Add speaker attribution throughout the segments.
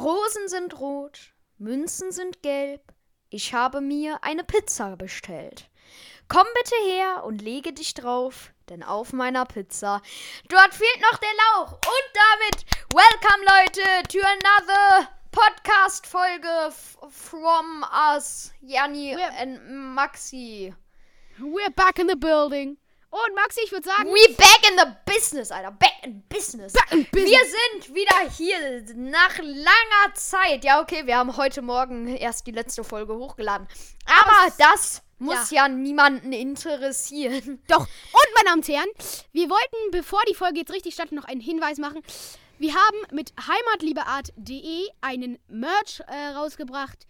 Speaker 1: Rosen sind rot, Münzen sind gelb, ich habe mir eine Pizza bestellt. Komm bitte her und lege dich drauf, denn auf meiner Pizza dort fehlt noch der Lauch. Und damit welcome Leute to another Podcast Folge f- from us Janni
Speaker 2: Ja.
Speaker 1: and Maxi.
Speaker 2: We're back in the building. Und Maxi, ich würde sagen,
Speaker 1: We back in the business, Alter, back in business.
Speaker 2: Back in business.
Speaker 1: Wir sind wieder hier nach langer Zeit. Ja, okay, wir haben heute Morgen erst die letzte Folge hochgeladen, aber das muss ja, niemanden interessieren.
Speaker 2: doch. Und meine Damen und Herren, wir wollten, bevor die Folge jetzt richtig startet, noch einen Hinweis machen. Wir haben mit heimatliebeart.de einen Merch äh, rausgebracht.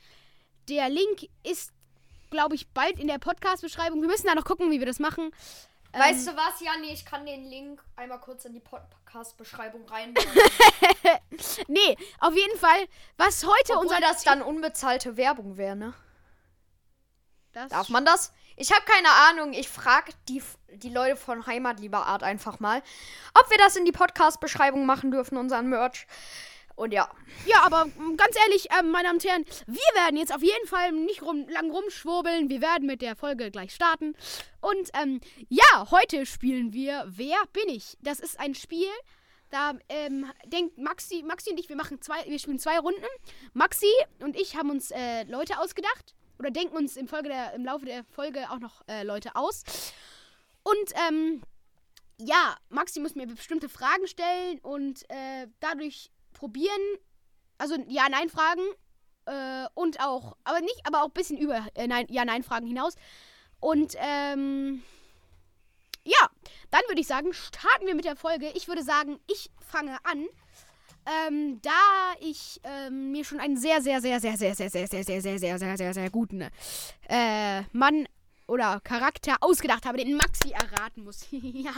Speaker 2: Der Link ist, glaube ich, bald in der Podcast-Beschreibung. Wir müssen da noch gucken, wie wir das machen.
Speaker 1: Weißt du was, Janni? Ich kann den Link einmal kurz in die Podcast-Beschreibung reinmachen,
Speaker 2: Nee, auf jeden Fall, was heute
Speaker 1: obwohl
Speaker 2: unser...
Speaker 1: das dann unbezahlte Werbung wäre, ne?
Speaker 2: Das-
Speaker 1: Darf man das? Ich habe keine Ahnung. Ich frage die, die Leute von Heimatlieberart einfach mal, ob wir das in die Podcast-Beschreibung machen dürfen, unseren Merch. Und ja,
Speaker 2: Ja, aber mm, ganz ehrlich, ähm, meine Damen und Herren, wir werden jetzt auf jeden Fall nicht rum, lang rumschwurbeln. Wir werden mit der Folge gleich starten. Und ähm, ja, heute spielen wir Wer bin ich? Das ist ein Spiel. Da ähm, denkt Maxi, Maxi und ich, wir machen zwei, wir spielen zwei Runden. Maxi und ich haben uns äh, Leute ausgedacht oder denken uns im, Folge der, im Laufe der Folge auch noch äh, Leute aus. Und ähm, ja, Maxi muss mir bestimmte Fragen stellen und äh, dadurch probieren, also Ja-Nein-Fragen äh, und auch, aber nicht, aber auch ein bisschen über äh, Nein- Ja-Nein-Fragen hinaus. Und ähm, ja, dann würde ich sagen, starten wir mit der Folge. Ich würde sagen, ich fange an. Ähm, da ich ähm, mir schon einen sehr, sehr, sehr, sehr, sehr, sehr, sehr, sehr, sehr, sehr, sehr, sehr, sehr, sehr guten äh, Mann oder Charakter ausgedacht habe, den Maxi erraten muss. ja.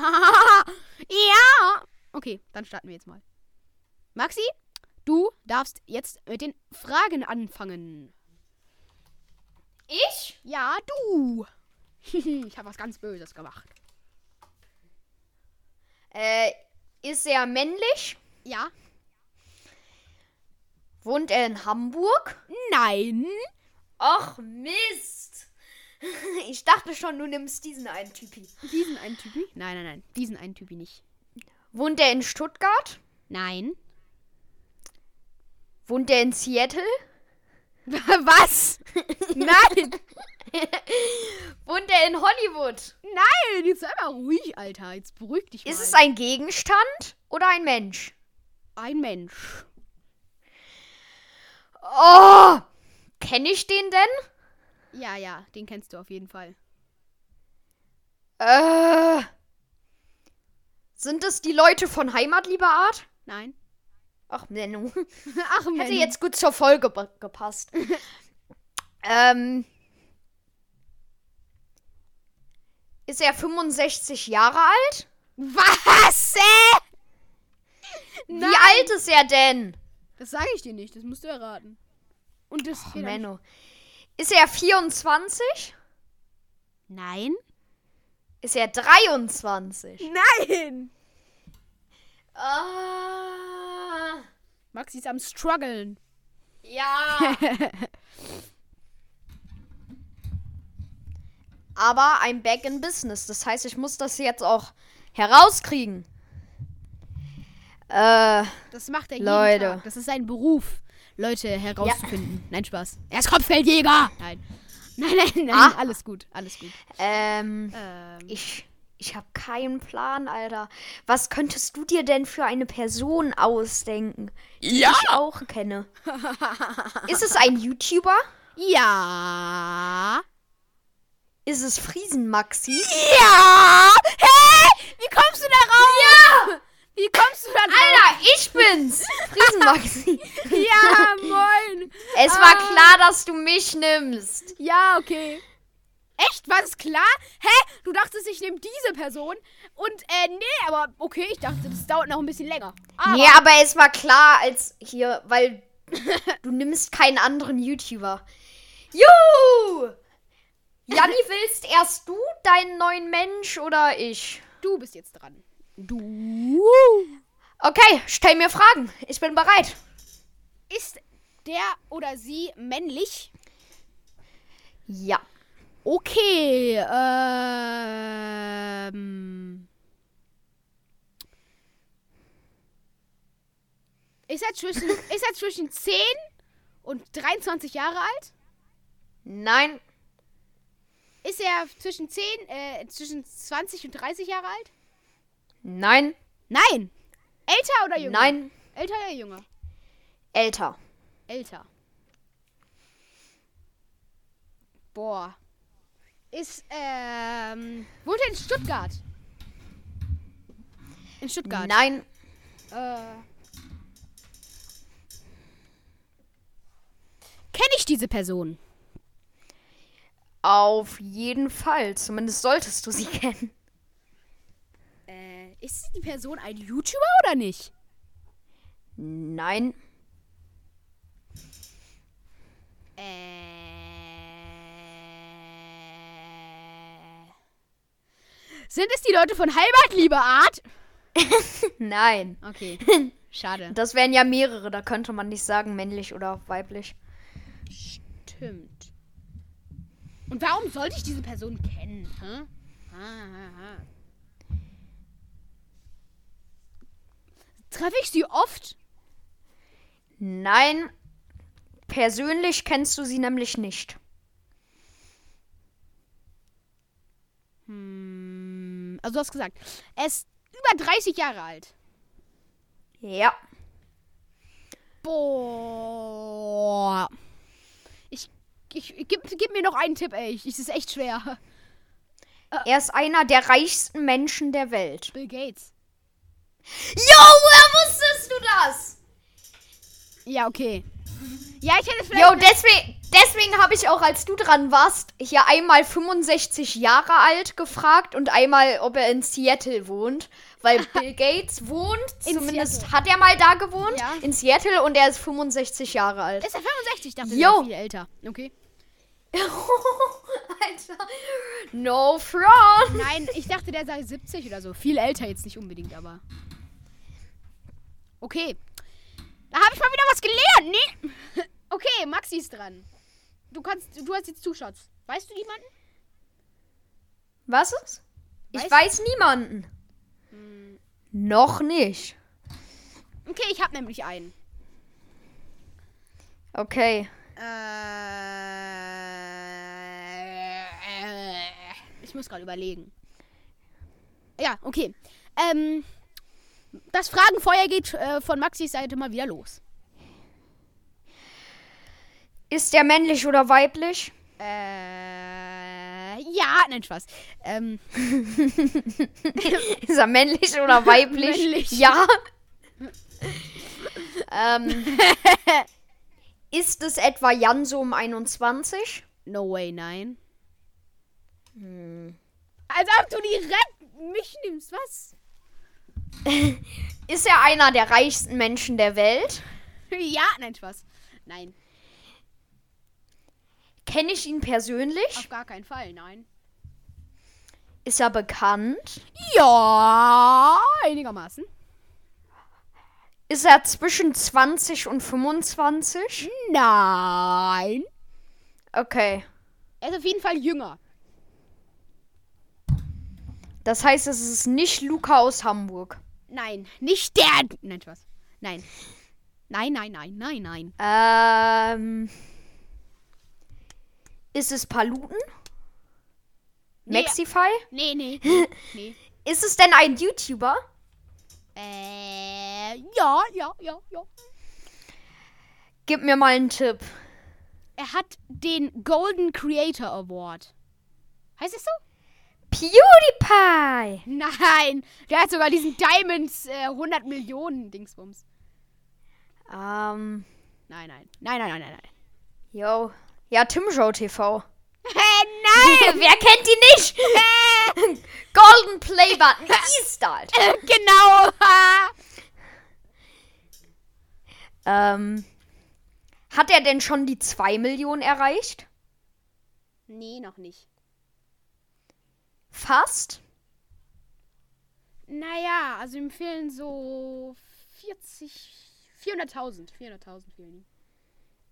Speaker 2: Ja. Okay, dann starten wir jetzt mal. Maxi, Du darfst jetzt mit den Fragen anfangen.
Speaker 1: ich?
Speaker 2: Ja, du. ich habe was ganz Böses gemacht.
Speaker 1: Äh, ist er männlich?
Speaker 2: Ja?
Speaker 1: Wohnt er in Hamburg?
Speaker 2: Nein.
Speaker 1: Och, Mist. Ich dachte schon, du nimmst diesen einen Typi.
Speaker 2: Diesen einen Typi? Nein, nein, nein. Diesen einen Typi nicht.
Speaker 1: Wohnt er in Stuttgart?
Speaker 2: Nein.
Speaker 1: Wohnt er in Seattle?
Speaker 2: was? nein.
Speaker 1: Wohnt er in Hollywood?
Speaker 2: Nein. Jetzt sei mal ruhig, Alter. Jetzt beruhig dich mal.
Speaker 1: Ist es ein Gegenstand oder ein Mensch?
Speaker 2: ein Mensch?
Speaker 1: Oh, kenne ich den denn?
Speaker 2: Ja, ja. Den kennst du auf jeden Fall.
Speaker 1: Äh, sind es die Leute von Heimat, lieber Art?
Speaker 2: Nein.
Speaker 1: Ach, Menno.
Speaker 2: Ach, Mensch.
Speaker 1: Hätte jetzt gut zur Folge be- gepasst. ähm, ist er 65 Jahre alt?
Speaker 2: Was? Äh? Nein.
Speaker 1: Wie alt ist er denn?
Speaker 2: Das sage ich dir nicht. Das musst du erraten. Und das
Speaker 1: Ach,
Speaker 2: geht am-
Speaker 1: Menno. Ist er 24?
Speaker 2: Nein.
Speaker 1: Ist er 23?
Speaker 2: Nein.
Speaker 1: Ah,
Speaker 2: Maxi ist am struggeln.
Speaker 1: ja. Aber I'm back in business. Das heißt, ich muss das jetzt auch herauskriegen. Äh.
Speaker 2: Das macht er jeden
Speaker 1: Leute.
Speaker 2: Tag. Das ist sein Beruf, Leute herauszufinden. Nein, Spaß. Er ist Kopfgeldjäger. Nein. Nein, nein, nein.
Speaker 1: Ah.
Speaker 2: Alles gut, alles gut.
Speaker 1: Ähm,
Speaker 2: Ähm,
Speaker 1: ich, ich habe keinen Plan, Alter. Was könntest du dir denn für eine Person ausdenken, die
Speaker 2: Ja.
Speaker 1: ich auch kenne? Ist es ein YouTuber?
Speaker 2: ja.
Speaker 1: Ist es Friesenmaxi?
Speaker 2: Ja. Hä? Wie kommst du da rauf? Ja. Wie kommst du da rauf?
Speaker 1: Alter, ich bin's! Friesenmaxi.
Speaker 2: Ja, moin.
Speaker 1: Es war klar, dass du mich nimmst.
Speaker 2: Ja, okay. Echt? War das klar? Hä? Du dachtest, ich nehme diese Person? Und, äh, nee, aber okay, ich dachte, das dauert noch ein bisschen länger. Aber,
Speaker 1: Nee, aber es war klar, als hier, weil du nimmst keinen anderen YouTuber. Juhu! Janni, willst erst du deinen neuen Mensch oder ich?
Speaker 2: Du bist jetzt dran. Du.
Speaker 1: Okay, stell mir Fragen. Ich bin bereit.
Speaker 2: Ist der oder sie männlich?
Speaker 1: Ja.
Speaker 2: Okay, ähm. Ist er zwischen, ist er zwischen 10 und 23 Jahre alt?
Speaker 1: Nein.
Speaker 2: Ist er zwischen 10, äh, zwischen 20 und 30 Jahre alt?
Speaker 1: Nein.
Speaker 2: Nein! Älter oder jünger?
Speaker 1: Nein.
Speaker 2: Älter oder jünger?
Speaker 1: Älter.
Speaker 2: Älter. Boah. Ist, ähm. Wohnt er in Stuttgart? In Stuttgart.
Speaker 1: Nein.
Speaker 2: Äh. Kenne ich diese Person?
Speaker 1: Auf jeden Fall. Zumindest solltest du sie kennen.
Speaker 2: Äh, ist die Person ein YouTuber oder nicht?
Speaker 1: Nein.
Speaker 2: Äh. Sind es die Leute von Heimat, liebe Art?
Speaker 1: Nein.
Speaker 2: Okay. Schade.
Speaker 1: Das wären ja mehrere. Da könnte man nicht sagen, männlich oder weiblich.
Speaker 2: Stimmt. Und warum sollte ich diese Person kennen? Hä? Ah, Ha, ha, ha. Treffe ich sie oft?
Speaker 1: Nein. Persönlich kennst du sie nämlich nicht.
Speaker 2: Hm, also du hast gesagt, er ist über 30 Jahre alt.
Speaker 1: Ja.
Speaker 2: Boah. Ich, ich, ich gib, gib mir noch einen Tipp, ey. Ich, es ist echt schwer.
Speaker 1: Er ist einer der reichsten Menschen der Welt.
Speaker 2: Bill Gates.
Speaker 1: Jo, woher wusstest du das?
Speaker 2: Ja, okay. Ja, ich hätte vielleicht...
Speaker 1: Jo, deswegen, deswegen habe ich auch, als du dran warst, hier einmal 65 Jahre alt gefragt und einmal, ob er in Seattle wohnt. Weil Bill Gates wohnt,
Speaker 2: In
Speaker 1: zumindest
Speaker 2: Seattle.
Speaker 1: hat er mal da gewohnt,
Speaker 2: Ja.
Speaker 1: in Seattle und er ist 65 Jahre alt.
Speaker 2: ist er 65? Dachte,
Speaker 1: Jo.
Speaker 2: er ist viel älter. Okay.
Speaker 1: Alter. No front.
Speaker 2: Nein, ich dachte, der sei 70 oder so. Viel älter jetzt nicht unbedingt, aber. Okay. Da habe ich mal wieder was gelernt, ne? Okay, Maxi ist dran. Du kannst, du hast jetzt Zushots. Weißt du jemanden?
Speaker 1: Was ist? Ich
Speaker 2: Weiß- Hm.
Speaker 1: weiß niemanden. Noch nicht.
Speaker 2: Okay, ich habe nämlich einen.
Speaker 1: Okay.
Speaker 2: Äh, Ich muss gerade überlegen. Ja, okay. Ähm, das Fragenfeuer geht äh, von Maxis Seite mal wieder los.
Speaker 1: Ist er männlich oder weiblich?
Speaker 2: Äh, ja, nein, Spaß. Ähm,
Speaker 1: Ist er männlich oder weiblich?
Speaker 2: Männlich.
Speaker 1: Ja. ähm, ist es etwa Janso um 21?
Speaker 2: no way, nein. Als ob du direkt mich nimmst, was?
Speaker 1: Ist er einer der reichsten Menschen der Welt?
Speaker 2: Ja, nein, Spaß. Nein,
Speaker 1: Kenne ich ihn
Speaker 2: auf
Speaker 1: persönlich?
Speaker 2: gar keinen Fall, nein.
Speaker 1: Ist er bekannt?
Speaker 2: Ja, einigermaßen.
Speaker 1: Ist er zwischen 20 und
Speaker 2: Hm.
Speaker 1: 25?
Speaker 2: Nein.
Speaker 1: Okay.
Speaker 2: Er ist auf jeden Fall jünger.
Speaker 1: Das heißt, es ist nicht Luca aus Hamburg.
Speaker 2: Nein, nicht der. Nein, Spaß. Nein. Nein, nein, nein, nein, nein.
Speaker 1: Ähm. Ist es Paluten?
Speaker 2: Nee.
Speaker 1: Maxify?
Speaker 2: Nee, nee. nee, nee.
Speaker 1: Ist es denn ein YouTuber?
Speaker 2: Äh, ja, ja, ja, ja.
Speaker 1: Gib mir mal einen Tipp.
Speaker 2: Er hat den Golden Creator Award. Heißt es so?
Speaker 1: PewDiePie!
Speaker 2: Nein, der hat sogar diesen Diamonds äh, 100 Millionen Dingsbums.
Speaker 1: Ähm,
Speaker 2: Nein, nein, nein, nein, nein, nein. nein.
Speaker 1: yo. Ja, Tim Show TV.
Speaker 2: Hey, nein!
Speaker 1: Wer kennt die nicht? Golden Play Button. E-Start.
Speaker 2: genau!
Speaker 1: Ähm, hat er denn schon die 2 Millionen erreicht?
Speaker 2: nee, noch nicht.
Speaker 1: Fast?
Speaker 2: Naja, also ihm fehlen so 40, 400.000. 400.000 fehlen ihm.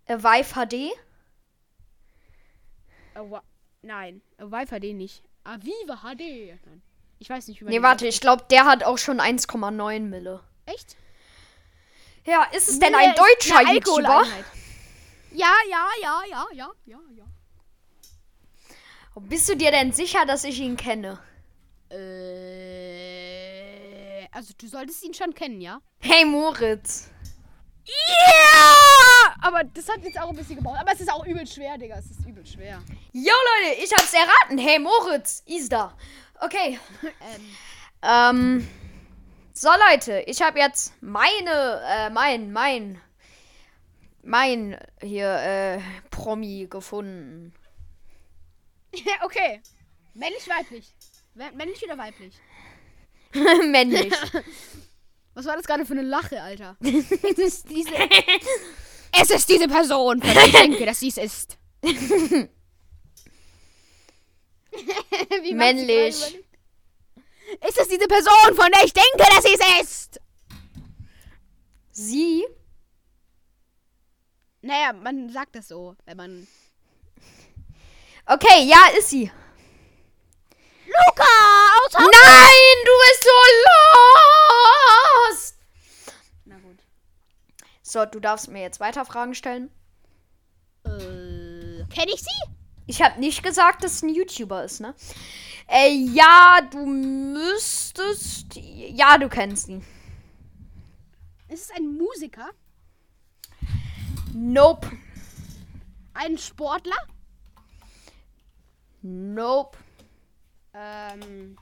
Speaker 1: Äh, Vive HD.
Speaker 2: Awa- Oh, Nein, Wi-Fi den nicht. Aviva HD. Nein. Ich weiß nicht, wie man
Speaker 1: Nee,
Speaker 2: die
Speaker 1: warte, ich glaube, der hat auch schon 1,9 Mille.
Speaker 2: ausspricht. Echt?
Speaker 1: Ja, ist es denn
Speaker 2: Nee,
Speaker 1: ein
Speaker 2: ist eine
Speaker 1: deutscher YouTuber?
Speaker 2: Alkoholeinheit. Ja, ja, ja, ja, ja, ja, ja.
Speaker 1: Bist du dir denn sicher, dass ich ihn kenne?
Speaker 2: Äh, also du solltest ihn schon kennen, ja?
Speaker 1: Hey Moritz.
Speaker 2: Ja! Aber das hat jetzt auch ein bisschen gebraucht. Aber es ist auch übel schwer, Digga. Es ist übel schwer.
Speaker 1: Jo Leute, ich hab's erraten. Hey Moritz, Isda. Okay.
Speaker 2: Ähm,
Speaker 1: Ähm, so Leute, ich habe jetzt meine, äh, mein, mein, mein hier äh, Promi gefunden.
Speaker 2: ja, okay. Männlich, weiblich. Mä- Männlich oder weiblich?
Speaker 1: Männlich.
Speaker 2: Was war das gerade für eine Lache, Alter? es ist diese. es ist diese Person, von der ich denke, dass dies ist. Wie man sich
Speaker 1: Männlich.
Speaker 2: mal überlegt. Ist es diese Person, von der ich denke, dass sie es ist?
Speaker 1: Sie?
Speaker 2: Naja, man sagt das so, wenn man.
Speaker 1: Okay, ja, ist sie.
Speaker 2: Luca! Aus
Speaker 1: Nein, du bist so los!
Speaker 2: Na gut.
Speaker 1: So, du darfst mir jetzt weiter Fragen stellen.
Speaker 2: Äh, kenn ich sie?
Speaker 1: Ich habe nicht gesagt, dass es ein YouTuber ist, ne? Äh, ja, du müsstest. Ja, du kennst ihn.
Speaker 2: Ist es ein Musiker?
Speaker 1: Nope.
Speaker 2: Ein Sportler?
Speaker 1: Nope.
Speaker 2: Ähm.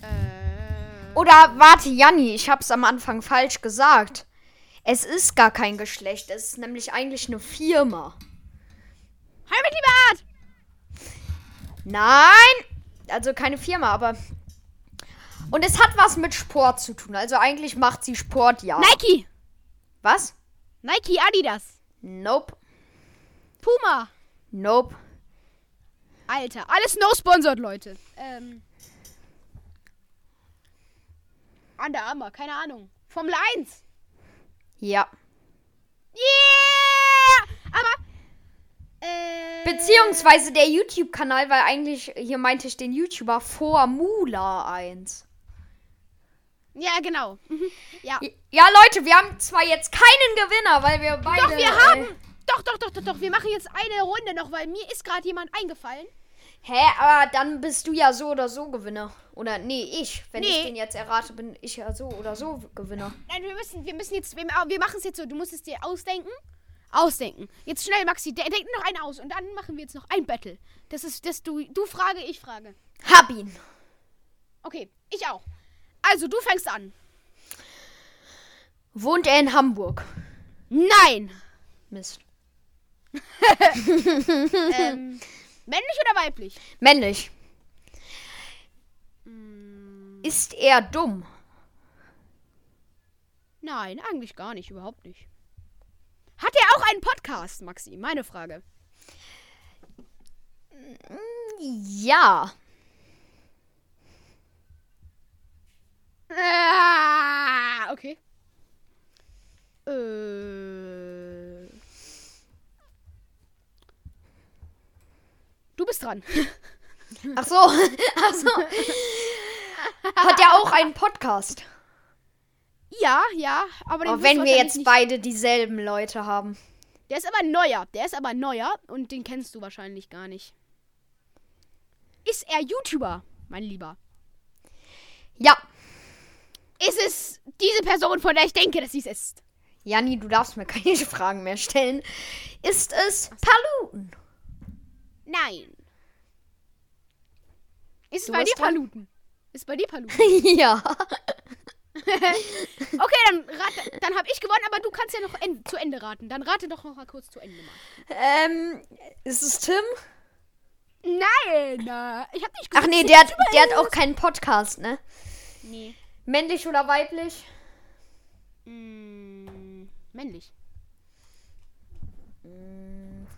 Speaker 2: Äh.
Speaker 1: Oder warte, Janni, ich hab's am Anfang falsch gesagt. Es ist gar kein Geschlecht, es ist nämlich eigentlich eine Firma.
Speaker 2: Hi, mit lieber Art!
Speaker 1: Nein! Also keine Firma, aber. Und es hat was mit Sport zu tun. Also eigentlich macht sie Sport,
Speaker 2: Ah.
Speaker 1: ja.
Speaker 2: Nike!
Speaker 1: Was?
Speaker 2: Nike, Adidas!
Speaker 1: Nope.
Speaker 2: Puma!
Speaker 1: Nope.
Speaker 2: Alter, alles no-sponsored, Leute. Ähm. Under Armour, keine Ahnung. Formel 1.
Speaker 1: Ja.
Speaker 2: Yeah! Aber. Äh.
Speaker 1: Beziehungsweise der YouTube-Kanal, weil eigentlich, hier meinte ich den YouTuber Formula 1.
Speaker 2: Ja, genau. Mhm. Ja.
Speaker 1: Ja, Leute, wir haben zwar jetzt keinen Gewinner, weil wir beide.
Speaker 2: Doch, wir
Speaker 1: äh,
Speaker 2: haben. Doch, doch, doch, doch, doch. Wir machen jetzt eine Runde noch, weil mir ist gerade jemand eingefallen.
Speaker 1: Hä, aber dann bist du ja so oder so Gewinner. Oder nee, ich. Wenn ich
Speaker 2: Nee.
Speaker 1: den jetzt errate, bin ich ja so oder so Gewinner.
Speaker 2: Nein, wir müssen, wir müssen jetzt. Wir, wir machen es jetzt so. Du musst es dir ausdenken. Ausdenken. Jetzt schnell, Maxi. de- Denk noch einen aus. Und dann machen wir jetzt noch ein Battle. Das ist. Das du. Du Frage, ich Frage.
Speaker 1: Hab ihn.
Speaker 2: Okay, ich auch. Also, du fängst an.
Speaker 1: Wohnt er in Hamburg?
Speaker 2: Nein.
Speaker 1: Mist.
Speaker 2: ähm, männlich oder weiblich?
Speaker 1: Männlich. Ist er dumm?
Speaker 2: Nein, eigentlich gar nicht. Überhaupt nicht. Hat er auch einen Podcast, Maxi? Meine Frage.
Speaker 1: Ja.
Speaker 2: Ah, okay. Äh. Du bist dran.
Speaker 1: Ach so. Ach so. Hat er auch einen Podcast?
Speaker 2: Ja, ja, aber den
Speaker 1: Oh,
Speaker 2: wirst du
Speaker 1: wenn wir
Speaker 2: wahrscheinlich
Speaker 1: jetzt
Speaker 2: nicht.
Speaker 1: beide dieselben Leute haben.
Speaker 2: Der ist aber neuer. Der ist aber neuer und den kennst du wahrscheinlich gar nicht. Ist er YouTuber, mein Lieber?
Speaker 1: Ja.
Speaker 2: Ist es diese Person, von der ich denke, dass sie es ist?
Speaker 1: Janni, du darfst mir keine Fragen mehr stellen. Ist es Paluten?
Speaker 2: Nein. Ist
Speaker 1: Du
Speaker 2: bei dir
Speaker 1: bist dran.
Speaker 2: Paluten? Ist bei dir Paluten?
Speaker 1: ja.
Speaker 2: Okay, dann, rat, dann habe ich gewonnen, aber du kannst ja noch en zu Ende raten. Dann rate doch noch mal kurz zu Ende. Mal.
Speaker 1: Ähm, ist es Tim?
Speaker 2: Nein, äh, ich habe nicht
Speaker 1: Ach
Speaker 2: gesagt.
Speaker 1: nee, der,
Speaker 2: dass ich
Speaker 1: hat-
Speaker 2: überall-
Speaker 1: der hat auch keinen Podcast, ne?
Speaker 2: Nee.
Speaker 1: Männlich oder weiblich?
Speaker 2: Mm, männlich.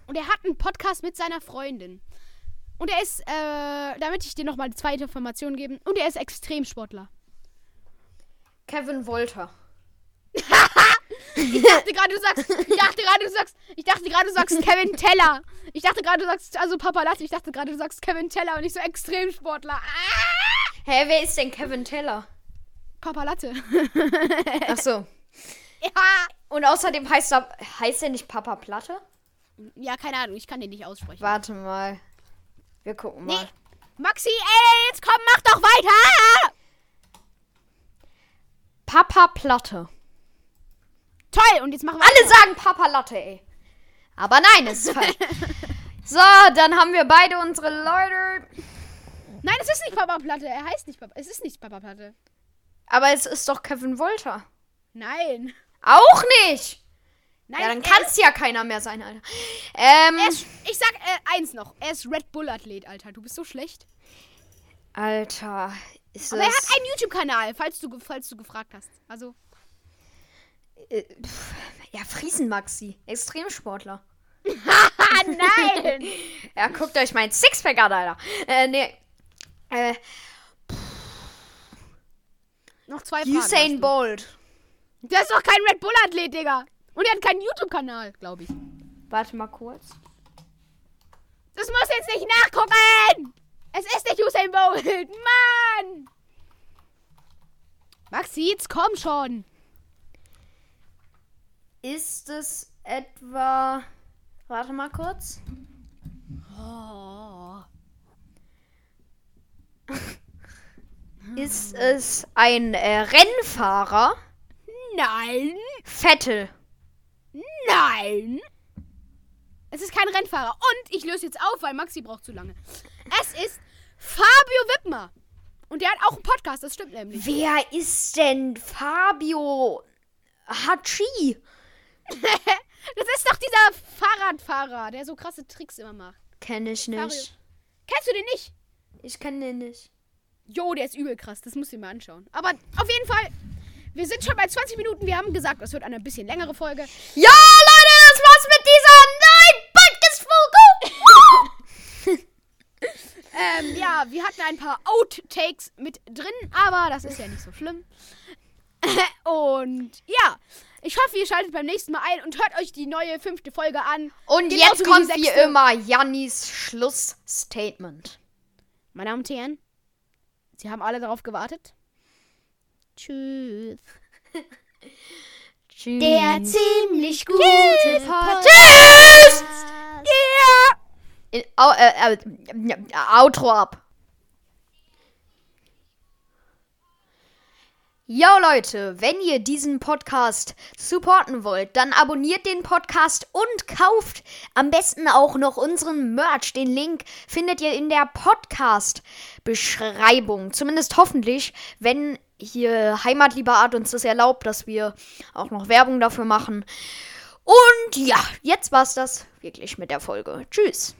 Speaker 2: Und er hat einen Podcast mit seiner Freundin. Und er ist, äh, damit ich dir noch mal die zweite Information geben, und er ist Extremsportler.
Speaker 1: Kevin Wolter.
Speaker 2: Ich dachte gerade, du sagst, ich dachte gerade, du sagst, ich dachte gerade, du sagst Kevin Teller. Ich dachte gerade, du sagst, also Papa, lass, ich dachte gerade, du sagst Kevin Teller und nicht so Extremsportler. Ah!
Speaker 1: Hä, wer ist denn Kevin Teller?
Speaker 2: Papa Latte.
Speaker 1: Ach so.
Speaker 2: Ja.
Speaker 1: Und außerdem heißt er, heißt er nicht Papa Platte?
Speaker 2: Ja, keine Ahnung, ich kann den nicht aussprechen.
Speaker 1: Warte mal. Wir gucken mal.
Speaker 2: Nee. Maxi, ey, jetzt komm, mach doch weiter!
Speaker 1: Papa Platte.
Speaker 2: Toll, und jetzt machen wir
Speaker 1: Alle sagen Papa Latte, ey. Aber nein, es ist falsch. So, dann haben wir beide unsere Leute.
Speaker 2: Nein, es ist nicht Papa Platte. Er heißt nicht Papa. Es ist nicht Papa Platte.
Speaker 1: Aber es ist doch Kevin Wolter.
Speaker 2: Nein.
Speaker 1: Auch nicht!
Speaker 2: Nein,
Speaker 1: Ja, dann
Speaker 2: er
Speaker 1: kann es ja keiner mehr sein, Alter. Ähm,
Speaker 2: Er ist, ich sag äh, eins noch. Er ist Red Bull Athlet, Alter. Du bist so schlecht.
Speaker 1: Alter, ist
Speaker 2: Aber er
Speaker 1: das...
Speaker 2: hat einen YouTube-Kanal, falls du, ge- falls du gefragt hast. Also,
Speaker 1: äh, pff, ja, Friesen-Maxi, Extremsportler.
Speaker 2: ah nein!
Speaker 1: Ja, guckt euch mein Sixpack an, Alter. Äh, nee. Äh,
Speaker 2: noch zwei Fragen.
Speaker 1: Usain
Speaker 2: hast
Speaker 1: Bolt.
Speaker 2: du. Der ist doch kein Red Bull Athlet, Digga. Und er hat keinen YouTube-Kanal, glaube ich.
Speaker 1: Warte mal kurz.
Speaker 2: Das musst du jetzt nicht nachgucken! Es ist nicht Usain Bolt, Mann! Maxi, jetzt komm schon.
Speaker 1: Ist es etwa... Warte mal kurz.
Speaker 2: Oh.
Speaker 1: Ist es ein äh, Rennfahrer?
Speaker 2: Nein,
Speaker 1: Vettel.
Speaker 2: nein. Es ist kein Rennfahrer. Und ich löse jetzt auf, weil Maxi braucht zu lange. Es ist Fabio Wittmer. Und der hat auch einen Podcast, das stimmt nämlich.
Speaker 1: Wer ist denn Fabio Hachi?
Speaker 2: Das ist doch dieser Fahrradfahrer, der so krasse Tricks immer macht.
Speaker 1: Kenn ich nicht.
Speaker 2: Fabio. Kennst du den nicht?
Speaker 1: Ich kenne den nicht.
Speaker 2: Jo, der ist übel krass. Das musst du dir mal anschauen. Aber auf jeden Fall, wir sind schon bei 20 Minuten. Wir haben gesagt, es wird eine bisschen längere Folge.
Speaker 1: Ja, Leute, das war's mit dieser neuen Podcast-Folge.
Speaker 2: Ähm, ja, wir hatten ein paar Outtakes mit drin, aber das ist ja nicht so schlimm. Und ja, ich hoffe, ihr schaltet beim nächsten Mal ein und hört euch die neue fünfte Folge an.
Speaker 1: Und
Speaker 2: Genauso
Speaker 1: jetzt
Speaker 2: wie die
Speaker 1: kommt wie
Speaker 2: sechste.
Speaker 1: immer Jannis Schlussstatement.
Speaker 2: Meine Damen und Herren, Sie haben alle darauf gewartet. Tschüss.
Speaker 1: Tschüss.
Speaker 3: Der ziemlich gute Podcast.
Speaker 1: Tschüss. In, au, äh, äh, Outro ab. Yo Leute, wenn ihr diesen Podcast supporten wollt, dann abonniert den Podcast und kauft am besten auch noch unseren Merch. Den Link findet ihr in der Podcast-Beschreibung. Zumindest hoffentlich, wenn hier Heimatlieber Art uns das erlaubt, dass wir auch noch Werbung dafür machen. Und ja, jetzt war's das wirklich mit der Folge. Tschüss.